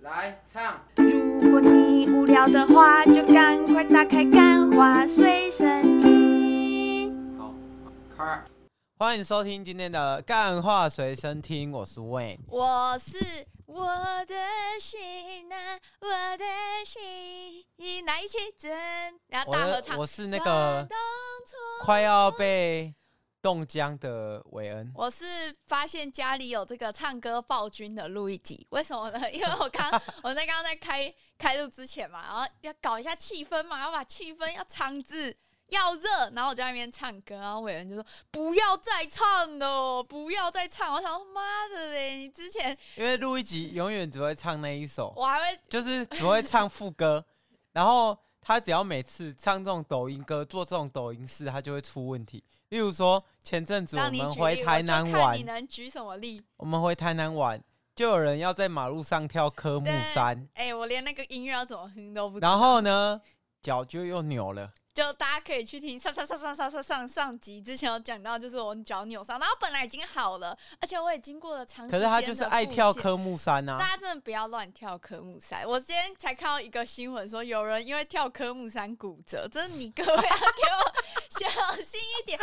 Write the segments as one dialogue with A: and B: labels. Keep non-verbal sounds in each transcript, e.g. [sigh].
A: 来唱。
B: 如果你无聊的话，就赶快打开《干花随身听》。
A: 好，开。
C: 欢迎收听今天的《干话随身听》，我是 Wayne。
D: 我是我的心呐、我的心，来一起整，然后
C: 我
D: 大
C: 的
D: 合唱。
C: 我是那个
D: 当初
C: 快要被冻僵的韦恩，
D: 我是发现家里有这个唱歌暴君的录一集，为什么呢？ [laughs] 因为
C: [laughs]
D: 我刚我在刚刚在开开录之前嘛，然后要搞一下气氛嘛，要把气氛要场子要热，然后我就在那边唱歌，然后伟人就说不要再唱了，不要再唱。我想说妈的嘞，你之前
C: 因为录一集永远只会唱那一首，
D: 我还会
C: 就是只会唱副歌， [laughs] 然后他只要每次唱这种抖音歌、做这种抖音事，他就会出问题。例如说，前阵子我
D: 让你
C: 们
D: 举
C: 回
D: 例
C: 台
D: 我就
C: 南
D: 看
C: 玩
D: 你，能举什么例？
C: 我们回台南玩，就有人要在马路上跳科目
D: 对
C: 三，
D: 哎、我连那个音乐要怎么哼都不知道。
C: 然后呢，脚就又扭了。
D: 就大家可以去听上上上上上上上上集之前有讲到，就是我脚扭伤，然后本来已经好了，而且我也经过了长时
C: 可
D: 间
C: 是
D: 的
C: 他就是爱
D: 复
C: 跳
D: 健。
C: 科目三啊
D: 大，家真的不要乱跳科目三！我今天才看到一个新闻，说有人因为跳科目三骨折，真的你各位要给我小心一点。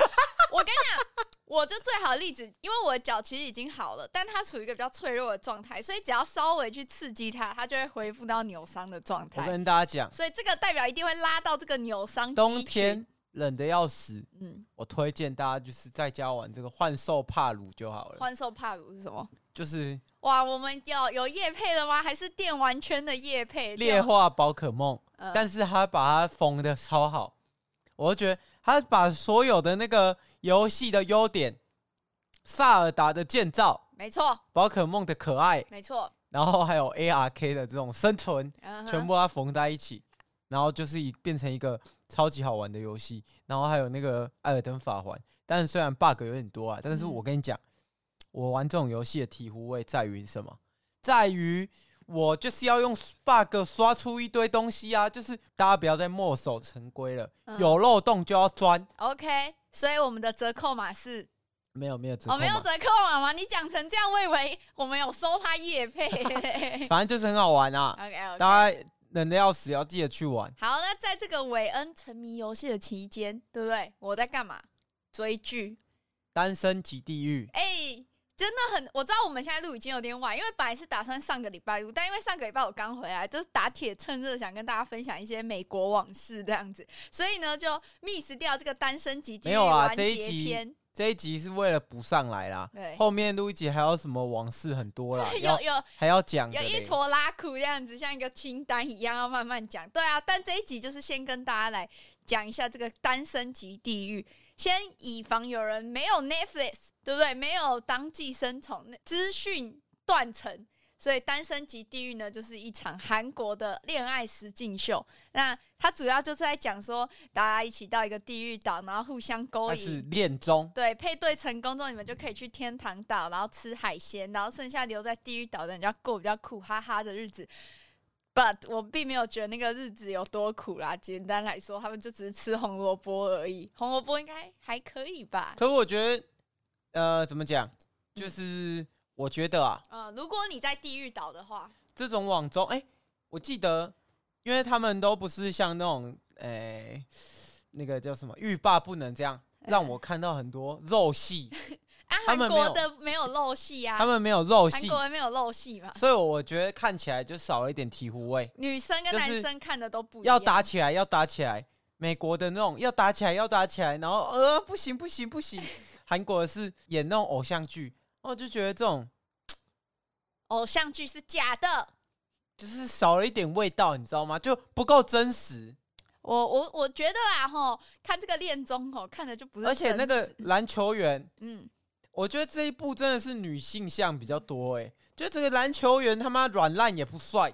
D: 我跟你讲，我就最好的例子，因为我的脚其实已经好了，但它处于一个比较脆弱的状态，所以只要稍微去刺激它，它就会恢复到扭伤的状
C: 我
D: 态。
C: 跟大家讲，
D: 所以这个代表一定会拉到这个扭伤肌群。
C: 冬天冷的要死，
D: 嗯，
C: 我推荐大家就是在家玩这个幻兽帕鲁就好了，
D: 欢兽帕鲁是什么？
C: 就是
D: 哇，我们有有叶配了吗？还是电玩圈的叶配？
C: 劣化宝可梦，
D: 嗯
C: 但是他把它封的超好，我就觉得他把所有的那个游戏的优点，萨尔达的建造、
D: 没错，
C: 宝可梦的可爱，
D: 没错，
C: 然后还有 ARK 的这种生存，
D: 嗯哼
C: 全部把它缝在一起，然后就是一变成一个超级好玩的游戏。然后还有那个《艾尔登法环》，但虽然 bug 有点多啊，但是
D: 嗯
C: 我跟你讲，我玩这种游戏的体醐味在于什么？在于我就是要用 bug 刷出一堆东西啊！就是大家不要再墨守成规了，
D: 嗯
C: 有漏洞就要钻。
D: OK。所以我们的折扣码是
C: 没有没有折扣
D: 哦，
C: 嘛
D: 没有折扣码吗？你讲成这样，我以为我们有收他
C: [laughs]
D: 叶配。OK
C: 反正就是很好玩啊！
D: 哦 OK。
C: 大家冷的要死，要记得去玩。
D: 好，那在这个韦恩沉迷游戏的期间，对不对？我在干嘛？追剧。
C: 单身即地狱，
D: 哎、真的很，我知道我们现在录已经有点晚，因为本来是打算上个礼拜录，但因为上个礼拜我刚回来，就是打铁趁热想跟大家分享一些美国往事这样子，所以呢就 miss 掉这个单身级地
C: 没
D: 狱
C: 有啊
D: 完
C: 这
D: 结
C: 一集
D: 篇。
C: 这一集是为了补上来啦。
D: 对，
C: 后面录一集还有什么往事很多啦，要
D: [laughs] 有有
C: 还要讲的
D: 有一
C: 嘞。
D: 坨拉苦这样子，像一个清单一样，要慢慢讲。对啊，但这一集就是先跟大家来讲一下这个单身级地狱，先以防有人没有 Netflix，对不对？没有当寄生虫，那资讯断层。所以单身级地狱呢，就是一场韩国的恋爱实境秀。那它主要就是在讲说，大家一起到一个地狱岛，然后互相勾
C: 它是
D: 引，
C: 恋中，
D: 对，配对成功之后，你们就可以去天堂岛，然后吃海鲜，然后剩下留在地狱岛的人就要过比较苦哈哈的日子。But 我并没有觉得那个日子有多苦啦，简单来说，他们就只是吃红萝卜而已。红萝卜应该还可以吧？
C: 可我觉得，呃，怎么讲？就是我觉得啊，
D: 嗯，如果你在地狱岛的话，
C: 这种网中，哎、我记得，因为他们都不是像那种，哎、那个叫什么欲罢不能这样，让我看到很多肉戏，
D: 啊，
C: 他
D: 韩
C: 们
D: 国的没有肉戏啊，
C: 他们没有肉
D: 韩
C: 戏，
D: 国人没有肉戏嘛，
C: 所以我觉得看起来就少了一点醍醐味。
D: 女生跟
C: 就是
D: 男生看的都不一
C: 要
D: 样。
C: 打起来，要打起来。美国的那种要打起来，要打起来，然后呃不行不行不
D: [laughs]
C: 行。韩国的是演那种偶像剧，我就觉得这种
D: 偶像剧是假的，
C: 就是少了一点味道，你知道吗？就不够真实。
D: 我我我觉得啦吼，看这个恋综吼，看的就不是
C: 而且那
D: 真
C: 个
D: 实
C: 篮球员，
D: 嗯，
C: 我觉得这一部真的是女性向比较多诶、就这个篮球员他妈软烂也不帅，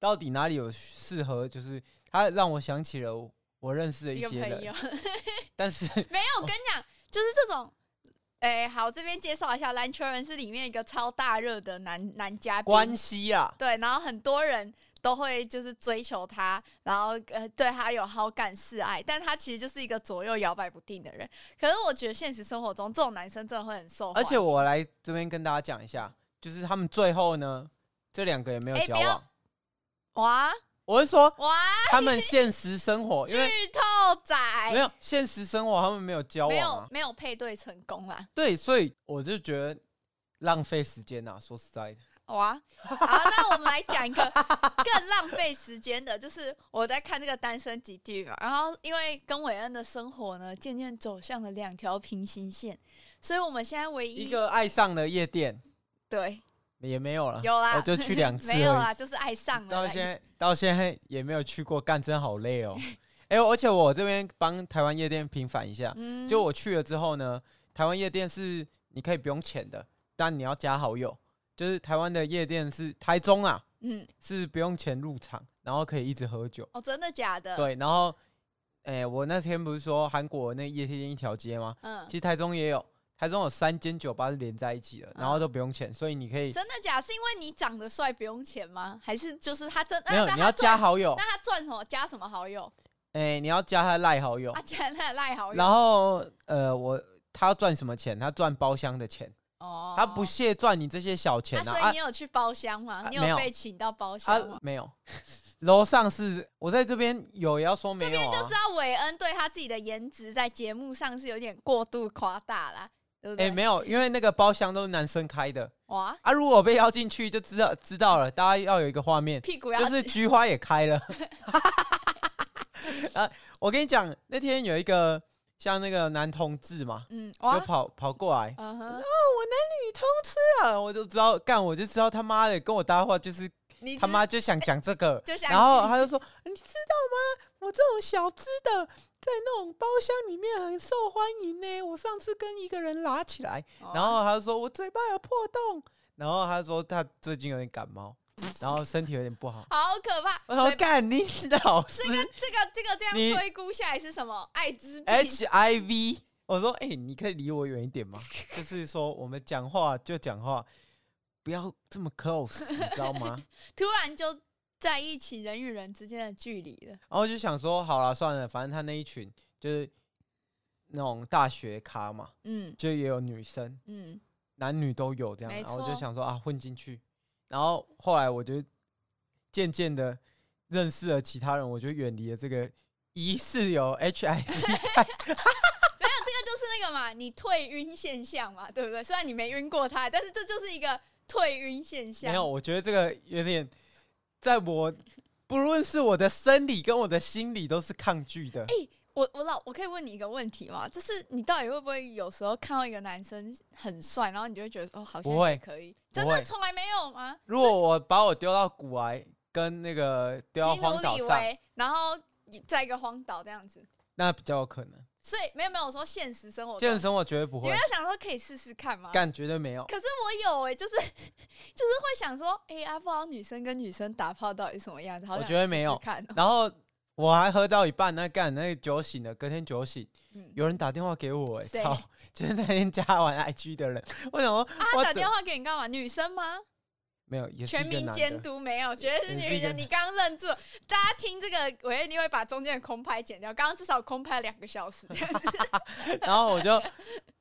C: 到底哪里有适合？就是他让我想起了我我认识的
D: 一
C: 一
D: 个
C: 些
D: 朋友 [laughs]
C: 人，但是
D: 没有，我跟你讲，就是这种。哎、好，这边介绍一下，篮球人是里面一个超大热的男男嘉宾，
C: 关系啊，
D: 对，然后很多人都会就是追求他，然后呃对他有好感示爱，但他其实就是一个左右摇摆不定的人。可是我觉得现实生活中哦这种男生真的会很受欢迎，
C: 而且我来这边跟大家讲一下，就是他们最后呢，这两个也没有
D: 哎
C: 交
D: 不要
C: 往。
D: 哇
C: 我是说
D: 哇，
C: 他们现实生
D: [laughs]
C: 活，
D: 剧
C: 因为
D: 透仔
C: 没有现实生活，他们没有交
D: 没
C: 往、
D: 有
C: 啊，
D: 哎没有配对成功啦，
C: 对，所以我就觉得浪费时间呐、啊。说实在的， [laughs]
D: 哇！好，那我们来讲一个 [laughs] 更浪费时间的，就是我在看这个《单身即地狱》嘛，然后因为跟韦恩的生活呢，渐渐走向了两条平行线，所以我们现在唯一
C: 一个爱上了夜店
D: 对
C: 也没有了，
D: 有啦，
C: 哦我就去两次而已
D: [laughs] 没有啦，就是爱上了
C: 到
D: 啦。
C: 现在到现在也没有去过，干真好累
D: [laughs]
C: 哦。哎、而且我这边帮台湾夜店平反一下，
D: 嗯
C: 就我去了之后呢，台湾夜店是你可以不用钱的，但你要加好友。就是台湾的夜店是台中啊，
D: 嗯
C: 是不用钱入场，然后可以一直喝酒。
D: 哦，真的假的？，
C: 对，然后，哎、我那天不是说韩国那夜店一条街吗？
D: 嗯
C: 其，实台中也有，台中有三间酒吧是连在一起的，然后
D: 嗯
C: 都不用钱，所以你可以
D: 真的假的？是因为你长得帅不用钱吗？还是就是他真
C: 没有
D: 那
C: 你要加
D: 好？
C: 好友，
D: 那他赚什么？加什么好友？
C: 哎、你要加他赖好友
D: 啊，，加他的赖好友。
C: 然后呃，我他要赚什么钱？他赚包厢的钱，
D: 哦，
C: 他不屑赚你这些小钱
D: 那
C: 啊
D: 所以你有去包厢吗？
C: 啊
D: 你
C: 没有
D: 有被请到包
C: 啊
D: 厢吗？
C: 没有，楼上是我在这边有也要说没有
D: 就
C: 啊
D: 知，道韦恩对他自己的颜值在节目上是有点过度夸大啦，对不
C: 哎、
D: 对？
C: 没有，因为那个包厢都是男生开的
D: 哇，
C: 啊，如果被邀进去就知道知道了，大家要有一个画面。
D: 屁股要
C: 就是菊花也开
D: [laughs]
C: 了。啊，我跟你讲，那天有一个像那个男同志嘛，
D: 嗯
C: 就
D: 哇，
C: 跑跑过来，
D: 嗯哼，
C: 女同志啊，我就知道，干我就知道他妈的跟我搭话就是
D: 你
C: 他妈就想讲这个，
D: [laughs] 就想
C: 然后他就说，你知道吗？我这种小资的。在那种包厢里面很受欢迎呢。我上次跟一个人拉起来，
D: 哦
C: 然后他就说我嘴巴有破洞，然后他说他最近有点感冒，然后身体有点不好。
D: 好可怕，
C: 我说
D: 对
C: 干你是老师
D: 这个这个这个这样
C: 你
D: 推估下来是什么？艾滋病
C: HIV，我说哎、欸你可以离我远一点吗？就是说我们讲话就讲话，不要这么 close，你知道吗？
D: 突然就在一起人与人之间的距离了，
C: 然后我就想说好了，算了，反正他那一群就是那种大学咖嘛，
D: 嗯
C: 就也有女生，
D: 嗯，
C: 男女都有这样，
D: 没
C: 然后我就
D: 错
C: 想说啊混进去，然后后来我就渐渐的认识了其他人，我就远离了这个疑似有
D: [laughs]
C: HIV
D: 这个就是那个嘛，你退晕现象嘛，对不对？虽然你没晕过他，但是这就是一个退晕现象。
C: 没有，我觉得这个有点，在我不论是我的生理跟我的心理都是抗拒的。
D: 我我老我可以问你一个问题吗？就是你到底会不会有时候看到一个男生很帅，然后你就会觉得哦，好像
C: 不会
D: 也可以？
C: 不
D: 真
C: 会
D: 的从来没有吗？
C: [laughs] 如果我把我丢到古癌跟那个丢到
D: 基努
C: 荒岛
D: 里
C: 上，
D: 维，然后在一个荒岛这样子，
C: 那比较有可能。
D: 所以没有没有我说现实生活中，
C: 健身我绝对不
D: 你
C: 会
D: 们，要想说可以试试看吗？
C: 干绝对没有。
D: 可是我有哎、就是就是会想说，哎、呀，不知道女生跟女生打炮到底什么样子，好
C: 我
D: 想
C: 觉得
D: 试
C: 没
D: 试
C: 有
D: 看哦、
C: 然后我还喝到一半，那干那个酒醒了，隔天酒醒，
D: 嗯，
C: 有人打电话给我、欸，
D: 谁
C: 操，就是那天加完 IG 的人，我想说，
D: 啊，
C: 我
D: 他打
C: 等
D: 电话给你干嘛？女生吗？
C: 没有，也是
D: 全
C: 一个
D: 民
C: 男
D: 监
C: 的
D: 督没有，绝对是
C: 也是
D: 女
C: 一个
D: 人。
C: 男
D: 你刚刚愣住了，大家听这个，我一定会把中间的空拍剪掉。刚刚至少空拍两个小时，这样子
C: [laughs] 然后我就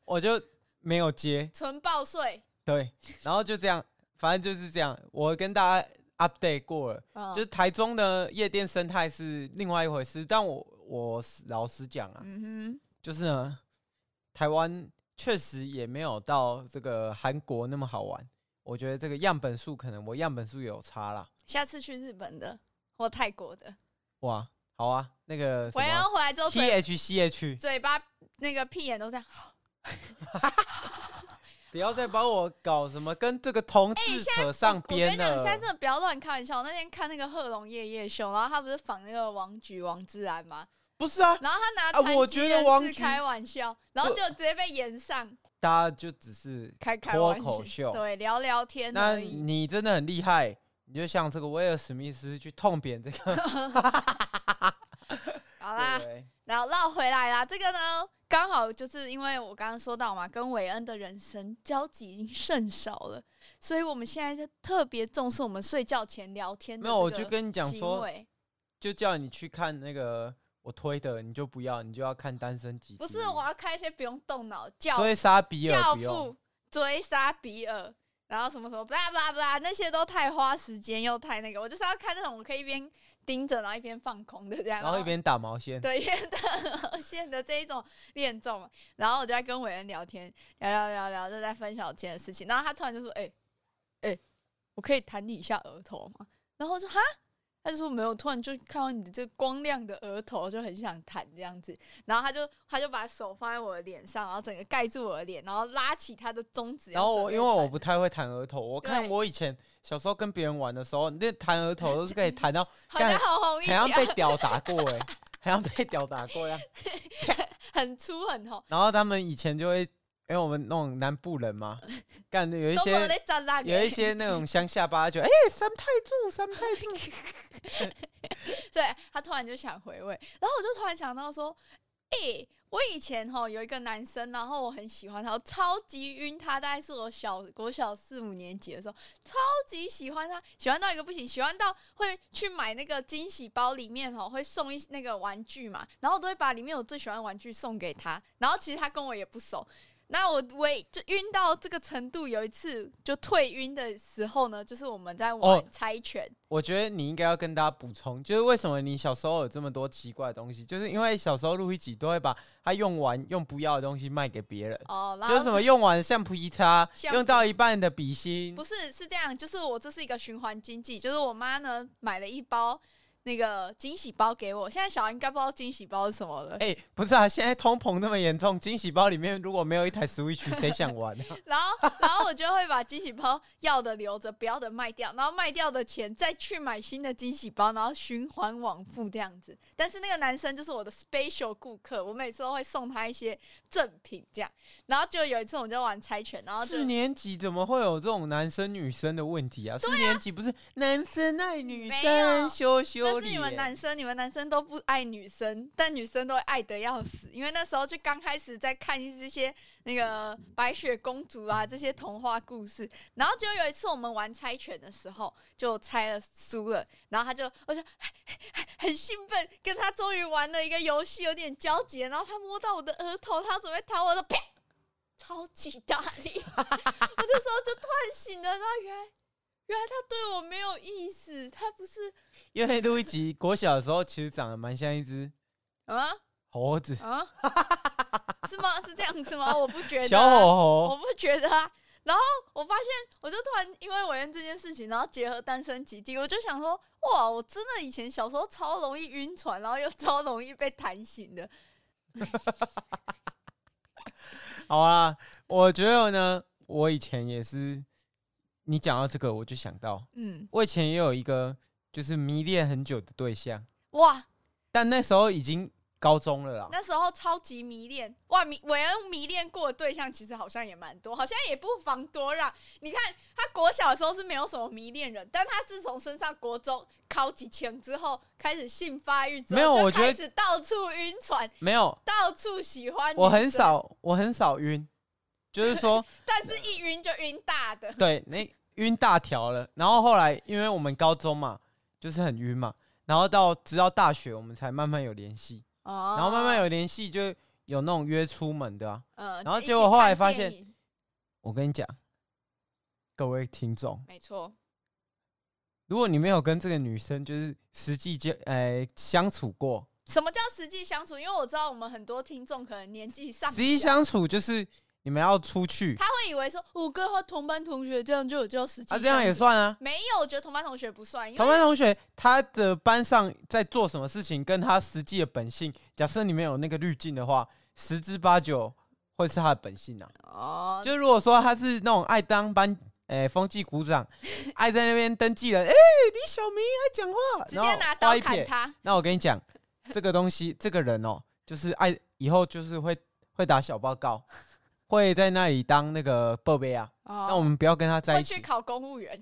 C: 我就没有接，
D: 纯
C: [laughs]
D: 报税。
C: 对，然后就这样，反正就是这样。我跟大家 update 过了，
D: 嗯
C: 就是台中的夜店生态是另外一回事。但我我老实讲啊，
D: 嗯
C: 就是呢，台湾确实也没有到这个韩国那么好玩。我觉得这个样本数可能我样本数有差啦。
D: 哼，下次去日本的或泰国的，
C: 哇，好啊，那个什
D: 我要
C: 么
D: 回来之后
C: T
D: 嘴
C: H C H，
D: 嘴巴那个屁眼都这样。
C: 不要再把我搞什么跟这个同志扯上
D: 哎我跟
C: 边
D: 你讲，
C: 了
D: 现。在真的不要乱开玩笑。我那天看那个贺龙夜夜秀，然后他不是仿那个王菊王志安吗？
C: 不是啊，
D: 然后他拿
C: 啊我
D: 残疾
C: 觉得
D: 人
C: 王
D: 士
C: 菊
D: 开玩笑，然后
C: 不
D: 就直接被延上
C: 大家就只是
D: 开开
C: 脱
D: 玩笑，
C: 口秀
D: 对，聊聊天
C: 那
D: 而已。
C: 你真的很厉害，你就像这个威尔史密斯去痛扁这个
D: 好啦，
C: 对，
D: 然后绕回来啦，这个呢，刚好就是因为我刚刚说到嘛，跟韦恩的人生交集已经甚少了，所以我们现在就特别重视我们睡觉前聊天的、
C: 没有我就跟你讲说，就叫你去看那个我推的，你就不要，你就要看单身级。
D: 不是我要开一些不用动脑教
C: 追杀比尔
D: 教
C: 不用，
D: 父追杀比尔，然后什么什么不啦不啦不啦，那些都太花时间又太那个，我就是要看那种我可以一边盯着，然后一边放空的这样，
C: 然后一边打毛 [laughs] 线，
D: 对，因为的 [laughs] 线的这一种恋综嘛，然后我就在跟伟恩聊天，聊聊聊聊，就在分享我今天的事情。然后他突然就说：“哎、哎、我可以弹你一下额头吗？”然后我说：“哈。”他就说没有，突然就看到你这光亮的额头，就很想弹这样子。然后他就他就把手放在我的脸上，然后整个盖住我的脸，然后拉起他的中指要
C: 然后我因
D: 准备
C: 为我
D: 弹
C: 不太会弹额头，我看
D: 对
C: 我以前小时候跟别人玩的时候，那弹额头都是可以
D: [laughs]
C: 弹到
D: 好像
C: 干
D: 好红一
C: 好像
D: 条，
C: 被屌打过哎、欸，好像被屌打过一
D: [laughs]
C: 样。
D: 很粗很红，
C: 然后他们以前就会，因为我们那种南部人嘛，干有一
D: 都没有
C: 些
D: 在长那
C: 有
D: 个
C: 一。些那种乡下吧，
D: [laughs]
C: 就哎、三太柱三太柱，
D: 对他突然就想回味，然后我就突然想到说，诶、我以前哈有一个男生，然后我很喜欢他，我超级晕他，大概是我小国小四五年级的时候，超级喜欢他，喜欢到一个不行，喜欢到会去买那个惊喜包，里面哈会送一那个玩具嘛，然后我都会把里面我最喜欢的玩具送给他，然后其实他跟我也不熟。那我唯就晕到这个程度，有一次就退晕的时候呢，就是我们在玩
C: 哦
D: 猜拳，
C: 我觉得你应该要跟大家补充，就是为什么你小时候有这么多奇怪的东西，就是因为小时候路易吉都会把他用完用不要的东西卖给别人，
D: 哦，然
C: 就
D: 后
C: 是什么用完的橡皮擦，
D: 橡皮
C: 用到一半的笔芯
D: 不，是，是这样，就是我这是一个循环经济，就是我妈呢买了一包那个惊喜包给我，现在小孩应该不知道惊喜包是什么了。
C: 哎、不是啊，现在通膨那么严重，惊喜包里面如果没有一台 Switch，谁想玩
D: [laughs]
C: 啊？
D: 然后，然后我就会把惊喜包要的留着，不要的卖掉，然后卖掉的钱再去买新的惊喜包，然后循环往复这样子。但是那个男生就是我的 special 顾客，我每次都会送他一些赠品这样。然后就有一次我们就玩猜拳，然后就
C: 四年级怎么会有这种男生女生的问题啊？四年级不是男生爱女
D: 没有
C: 生，羞羞
D: 但
C: 脸。
D: 是你们男生，你们男生都不爱女生，但女生都会爱得要死。因为那时候就刚开始在看一这些那个白雪公主啊这些童话故事，然后就有一次我们玩猜拳的时候，就猜了输了，然后他就呃我就很兴奋，跟他终于玩了一个游戏，有点交集了，然后他摸到我的额头，他准备弹我的啪， [laughs] 超级大力， [laughs] 我那时候就突然醒了，然后原来原来他对我没有意思，他不是
C: 因为路易吉国小的时候其实长得蛮像一只
D: 啊。
C: 猴
D: [laughs]
C: 子，
D: 啊？是吗？是这样子吗？我不觉得、啊，
C: 小火
D: 我
C: 猴。
D: 不觉得啊。然后我发现，我就突然因为韦恩这件事情，然后结合单身极地，我就想说，哇，我真的以前小时候超容易晕船，然后又超容易被弹醒的。
C: 好啊，我觉得呢，我以前也是，你讲到这个我就想到，
D: 嗯，
C: 我以前也有一个就是迷恋很久的对象，
D: 哇，
C: 但那时候已经高中了啦。
D: 那时候超级迷恋，哇，迷韦恩迷恋过的对象其实好像也蛮多，好像也不妨多让。你看他国小的时候是没有什么迷恋人，但他自从升上国中考几前之后，开始性发育之后，
C: 没有
D: 就
C: 我觉得
D: 开始到处晕船，
C: 没有，
D: 到处喜欢。
C: 我很，少，我很少晕，就是
D: [laughs]
C: 说，
D: 但是一晕就晕大的。
C: 对，那晕大条了。然后后来，因为我们高中嘛，就是很晕嘛，然后到直到大学，我们才慢慢有联系，
D: 哦
C: 然后慢慢，有联系，就有那种约出门的啊。
D: 嗯
C: 然后
D: 一起
C: 结果后来
D: 看
C: 发
D: 电
C: 现
D: 影
C: 我跟你讲，各位听众，
D: 没错，
C: 如果你没有跟这个女生就是实际接呃相处过，
D: 什么叫实际相处？因为我知道我们很多听众可能年纪上
C: 实际
D: 小
C: 相处就是你们要出去，
D: 他会以为说，我跟他同班同学这样就有叫实际、
C: 啊，这样也？算啊。
D: [laughs] 没有，我觉得同班同学不算，因
C: 同
D: 为
C: 班同学他的班上在做什么事情，跟他实际的本性，假设你们有那个滤镜的话，十之八九会是他的本性啊。
D: 哦，
C: 就如果说他是那种爱当班，诶、风纪鼓
D: [laughs]
C: 掌，爱在那边登记人，哎、李小明爱讲话，
D: 直
C: 然
D: 接
C: 后
D: 拿
C: 画
D: 刀
C: 一
D: 砍
C: 撇。
D: 他，
C: 那我跟你讲，这个东西，这个人哦，就是爱以后就是会会打小报告，会在那里当那个报备啊。那我
D: 哦，
C: 们不要跟他在
D: 会
C: 一起
D: 去。考公务员，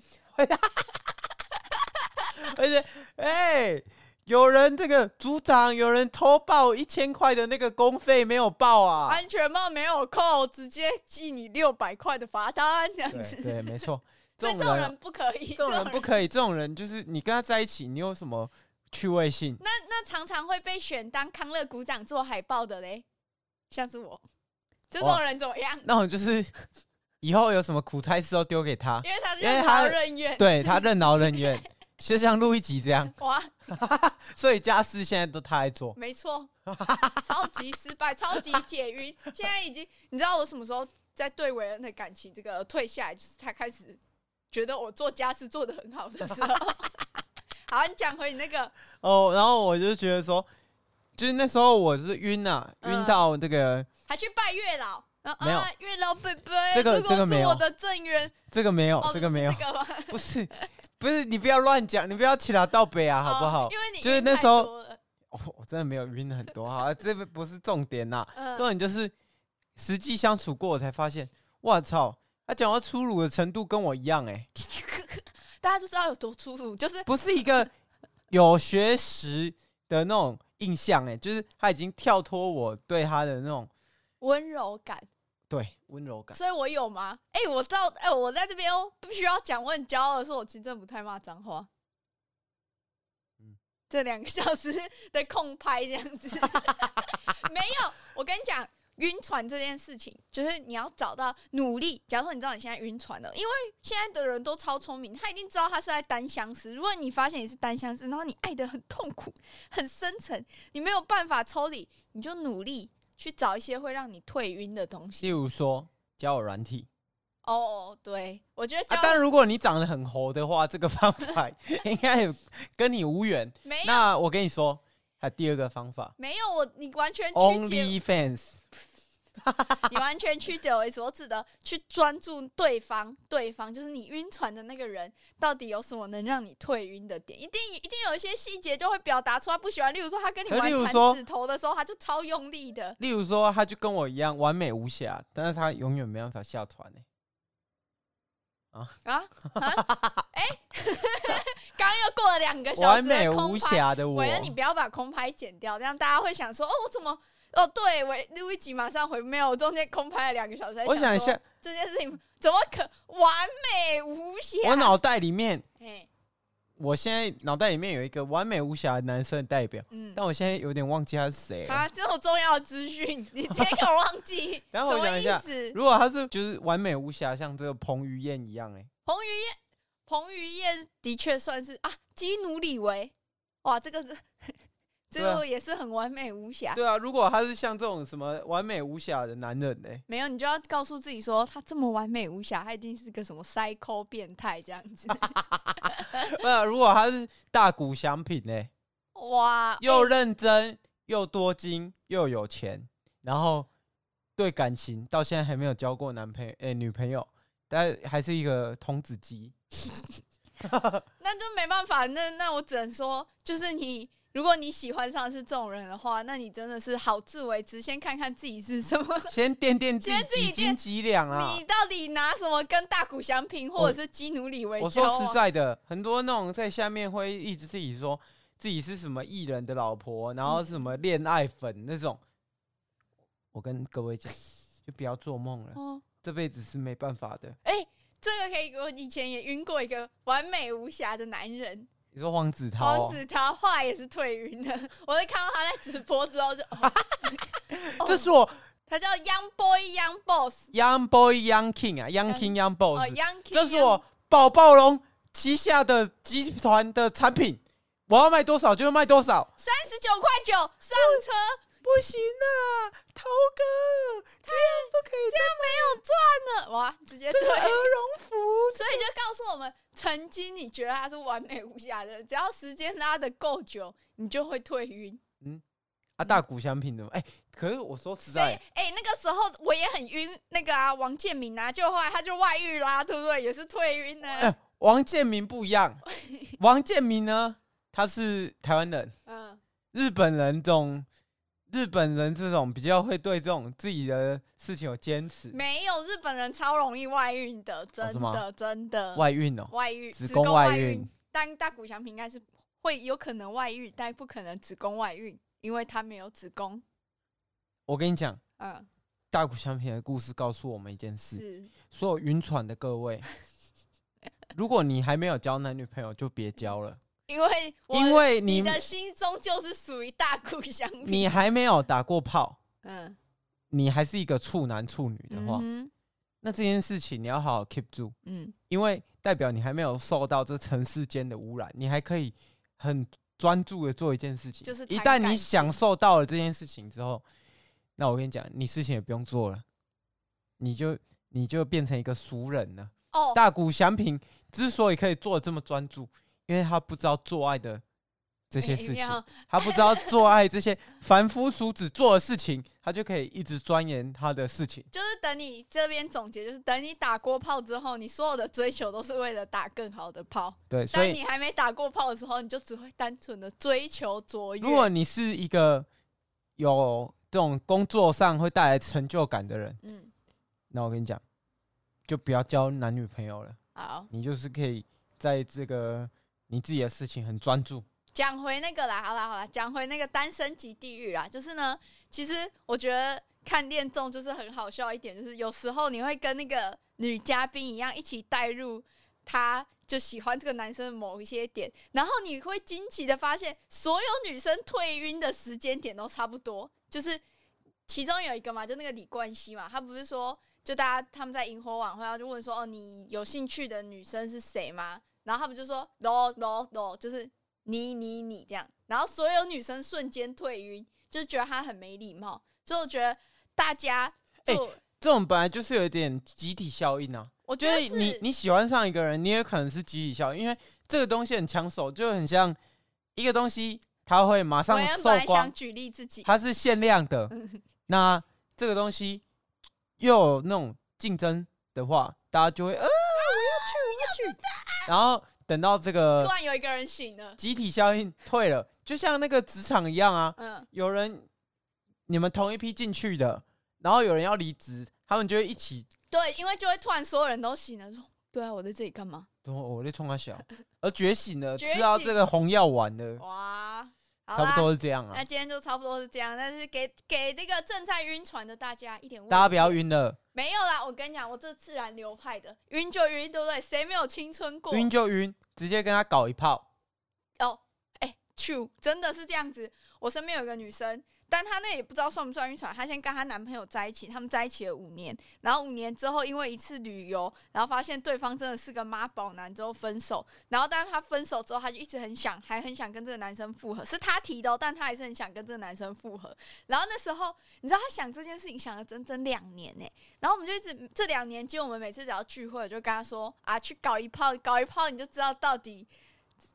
C: 而且，哎、有人这个组长，有人偷报一千块的那个公费没有报啊？
D: 安全帽没有扣，直接记你六百块的罚单这样
C: 对
D: [laughs] 子。
C: 对，没错，
D: 所
C: 这
D: 以这
C: 种
D: 种
C: 人
D: 人不可以，
C: 这种人不可以，这种人就是你跟他在一起，你有什么趣味性？
D: 那那常常会被选当康乐鼓掌做海报的嘞，像是我，这种
C: 哇
D: 人怎么样？
C: 那种就是以后有什么苦差事都丢给他，
D: 因为他
C: 因为
D: 任
C: 他
D: 劳任怨。
C: 对他任劳任怨，就像录一集这样。
D: 哇，
C: 所以家事现在都他来做，
D: 没错， [laughs] 超级失败，超级解晕。现在已经，你知道我什么时候在对韦恩的感情这个退下来，就是他开始觉得我做家事做得很好的时候。 [laughs] 好，你讲回你那个，
C: 哦，然后我就觉得说，就是那时候我是晕啊，
D: 嗯
C: 晕到这个、
D: 还去拜月老。呃
C: 没有
D: 啊，月老贝贝，
C: 这个
D: 如果
C: 这个没
D: 是
C: 有
D: 我的正缘，
C: 这个没有，
D: 哦，
C: 这个没有
D: 是，这个吗
C: [laughs] 不是不是，你不要乱讲，你不要起来倒背啊，好不好
D: 哦？因为你
C: 就是
D: 晕
C: 那
D: 太
C: 时候
D: 多了，
C: 哦我真的没有晕很多，
D: [laughs]
C: 好啊，这个不是重点呐、重点
D: 嗯，
C: 就是实际相处过，我才发现，哇操，他讲到粗鲁的程度跟我一样、欸，
D: 大家就知道有多粗鲁，就是
C: 不是一
D: [laughs]
C: 个有学识的那种印象、欸，就是他已经跳脱我对他的那种
D: 温柔感。
C: 对温柔感。
D: 所以我有吗？哎、我知道，哎、我在这边哦，必须要讲，我很骄傲的是，我其实真的不太骂脏话。
C: 嗯
D: 这两个小时的空拍这样
C: [laughs]
D: 子，没有。我跟你讲，晕船这件事情，就是你要找到努力。假如说你知道你现在晕船了，因为现在的人都超聪明，他一定知道他是在单相思。如果你发现你是单相思，然后你爱的很痛苦、很深沉，你没有办法抽离，你就努力去找一些会让你退晕的东西
C: 例。如说交友软体
D: 哦，对，我觉得
C: 啊
D: 交、，
C: 但如果你长得很猴的话，这个方法 [laughs] 应该也跟你无缘。
D: 没有
C: 那我跟你说，还有第二个方法
D: 没有我，你完全曲解，
C: ，Only Fans。
D: 你完全曲解我意思。我指的去专注对方，对方就是你晕船的那个人，到底有什么能让你退晕的点？一定一定有一些细节就会表达出他不喜欢。例如说，他跟你
C: 可
D: 玩
C: 例如
D: 弹
C: 说
D: 指头的时候，他就超用力的。
C: 例如说，他就跟我一样完美无瑕，但是他永远没办法下船、欸、
D: 啊啊！ [laughs] 哎，刚又过了两个小时
C: 完
D: 的
C: 美无
D: 空拍
C: 瑕的我
D: 韦，恩，你不要把空拍剪掉，这样大家会想说：“哦，我怎么？哦，对，韦录一集马上回，没有，我中间空拍了两个小时。”
C: 我想一
D: 说
C: 下，
D: 这件事情怎么可完美无瑕？
C: 我脑袋里面，
D: 嘿，
C: 我现在脑袋里面有一个完美无瑕的男生的代表，
D: 嗯，
C: 但我现在有点忘记他是谁了。
D: 啊，这种重要的资讯，你直接给我忘记，
C: [laughs] 等一下我想一下
D: 什么意思？
C: 如果他是就是完美无瑕，像这个彭于晏一样、欸，
D: 彭于晏，彭于晏的确算是啊，基努里维，哇，这个是 [laughs] 这
C: 对啊
D: 个也是很完美无瑕。
C: 啊对啊，如果他是像这种什么完美无瑕的男人欸呢、
D: 没有，你就要告诉自己说，他这么完美无瑕，他一定是个什么 psycho 变态这样子。
C: [laughs] [laughs] 不、啊，如果他是大谷翔平欸呢、
D: 哇，
C: 又
D: 哎
C: 认真又多金又有钱，然后对感情到现在还没有交过男朋友诶、女朋友，但还是一个童子鸡。
D: 那就没办法，那那我只能说，就是你，如果你喜欢上的是这种人的话，那你真的是好自为之，先看看自己是什么，
C: 先垫垫自
D: 先自己
C: 己几斤
D: 垫
C: 几两 [laughs] 啊！
D: 你到底拿什么跟大谷翔平或者是基努里维
C: 我
D: 交
C: 说
D: 往？
C: 实在的，很多那种在下面会一直自己说自己是什么艺人的老婆，然后
D: 嗯
C: 什么恋爱粉那种，我跟各位讲，就不要做梦了，
D: 哦，
C: 这辈子是没办法的。
D: 这个可以，我以前也晕过一个完美无瑕的男人，
C: 你说黄子韬、
D: 黄
C: 哦，
D: 子韬，后来也是退晕了。 [laughs] 我就看到他在直播之后就，哦哦
C: 这是我
D: 他叫 Young Boy Young Boss，
C: Young Boy Young King 啊，Young King Young
D: 哦
C: Boss，、
D: ，Young，King，
C: 这是我宝暴龙旗下的集团的产品，我要卖多少就卖多少。
D: 三十九块九上车，
C: 不行啊，涛哥，这样不可以，
D: 这样没有赚了，哇，直接退。
C: 绒服
D: 所以就告诉我们，曾经你觉得他是完美无瑕的人，只要时间拉的够久，你就会退晕。
C: 啊，大谷相品的嘛，哎、可是我说实
D: 所以
C: 在，，
D: 哎、那个时候我也很晕，那个啊，王建民啊，就后来他就外遇啦，对不对？也是退晕呢、
C: 哎、王建民不一样，王建民呢，他是台湾人，
D: 嗯，
C: 日本人这种，日本人这种比较会对这种自己的事情有坚持，
D: 没有日本人超容易外遇的，真
C: 哦是
D: 的、
C: 吗
D: 真的
C: 外遇哦、
D: 外遇，
C: 子
D: 子
C: 宫
D: 宫
C: 外
D: 外
C: 孕。
D: 但大谷翔平应该是会有可能外遇，但不可能子宫外孕，因为他没有子宫。
C: 我跟你讲，
D: 嗯，
C: 大谷相平的故事告诉我们一件事：
D: 是
C: 所有晕船的各
D: [laughs]
C: 位，如果你还没有交男女朋友，就别交
D: [laughs]
C: 了，
D: 因为我
C: 因为你
D: 你的心中就是属于大谷翔平。
C: 你还没有打过炮，
D: 嗯
C: 你还是一个处男处女的话，
D: 嗯哼
C: 那这件事情你要好好 keep 住，
D: 嗯，
C: 因为代表你还没有受到这尘世间的污染，你还可以很专注的做一件事情。
D: 就是
C: 一
D: 谈
C: 旦
D: 感
C: 你
D: 情
C: 享受到了这件事情之后，那我跟你讲，你事情也不用做了，你就你就变成一个俗人了。
D: 哦，
C: 大谷翔平之所以可以做的这么专注，因为他不知道做爱的这
D: 这
C: 些事情，他不知道做爱这些凡夫俗子做的事情，他就可以一直钻研他的事情。
D: 就是等你这边总结，就是等你打过炮之后，你所有的追求都是为了打更好的炮。
C: 对，所
D: 当
C: 以
D: 你还没打过炮的时候，你就只会单纯的追求卓越。
C: 如果你是一个有这种工作上会带来成就感的人，
D: 嗯，
C: 那我跟你讲，就不要交男女朋友了。
D: 好，
C: 你就是可以在这个你自己的事情很专注。
D: 讲回那个啦，好啦好啦，讲回那个单身级地狱啦，就是呢，其实我觉得看恋综就是很好笑一点，就是有时候你会跟那个女嘉宾一样一起带入她就喜欢这个男生的某一些点，然后你会惊奇的发现，所有女生退晕的时间点都差不多，就是其中有一个嘛，就那个李冠希嘛，她不是说就大家他们在萤火晚会，然后就问说哦，你有兴趣的女生是谁吗？然后他们就说 no no no，就是你你你这样，然后所有女生瞬间退晕，就觉得他很没礼貌。所以我觉得大家
C: 哎
D: 就、
C: 这种本来就是有一点集体效应啊，
D: 我觉
C: 就
D: 得
C: 是
D: 是
C: 你你喜欢上一个人，你也可能是集体效应，因为这个东西很抢手，就很像一个东西，它会马上
D: 我原
C: 售
D: 本还
C: 光
D: 想，举例嗯自己，
C: 它是限量的。那这个东西又有那种竞争的话，大家就会呃，我要去，我要去。然后等到这
D: 啊突
C: 个
D: 然有一个人醒了，
C: 集体效应退了，就像那个职场一样啊，
D: 嗯，
C: 有人你们同一批进去的，然后有人要离职，他们就会一起
D: 对，因为就会突然所有人都醒了，说对啊，我在这里干嘛？
C: 等会我在冲他小，而觉醒了，
D: 觉醒
C: 吃到这个红药丸了，
D: 哇，好
C: 差
D: 啦
C: 不多是这样
D: 那
C: 啊。
D: 今天就差不多是这样，但是给给这个正在晕船的大家一点慰
C: 大家不要
D: 藉，
C: 晕了，
D: 没有啦，我跟你讲，我这自然流派的，晕就晕，对不对？谁没有青春过？
C: 晕就晕，直接跟他搞一炮。
D: 哦，哎、t r u e 真的是这样子。我身边有一个女生，但她那也不知道算不算晕船。她先跟她男朋友在一起，他们在一起了五年，然后五年之后因为一次旅游，然后发现对方真的是个妈宝男，之后分手。然后，但她分手之后，她就一直很想，还很想跟这个男生复合，是她提的、哦，但她还是很想跟这个男生复合。然后那时候，你知道她想这件事情想了整整两年呢、然后我们就一直这两年，间我们每次只要聚会，我就跟她说啊，去搞一炮，搞一炮你就知道到底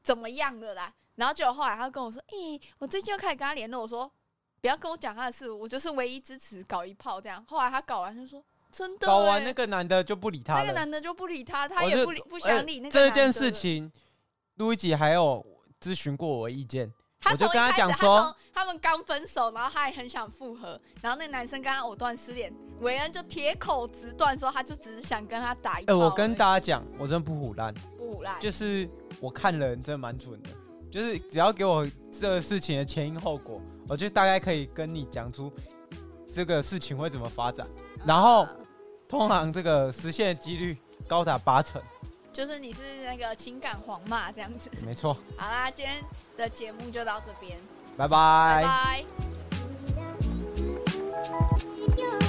D: 怎么样了啦。然后结果后来他跟我说：“诶、我最近又开始跟他联络。”我说：“不要跟我讲他的事，我就是唯一支持搞一炮这样。”后来他搞完就说：“真的、欸，
C: 搞完那个男的就不理他
D: 那个
C: 了。
D: 男的就不理他，
C: 我
D: 他也
C: 就
D: 不理不
C: 哎
D: 想理那个
C: 这
D: 男的
C: 件事情，陆一吉还有咨询过我意见，
D: 他
C: 我就
D: 从一
C: 跟他
D: 开始
C: 讲
D: 他
C: 说
D: 从他们刚分手，然后他还很想复合，然后那男生跟他藕断丝连，韦恩就铁口直断说他就只是想跟他打一
C: 哎，
D: 炮而已。
C: 我跟大家讲，我真的不胡乱，
D: 不来，
C: 就是我看人真的蛮准的，就是只要给我这个事情的前因后果，我就大概可以跟你讲出这个事情会怎么发展。然后
D: 嗯
C: 通常这个实现的几率高达八成，
D: 就是你是那个情感皇马这样子。
C: 没错。
D: 好啦，今天的节目就到这边，
C: 拜
D: 拜
C: 拜。
D: 拜。
B: you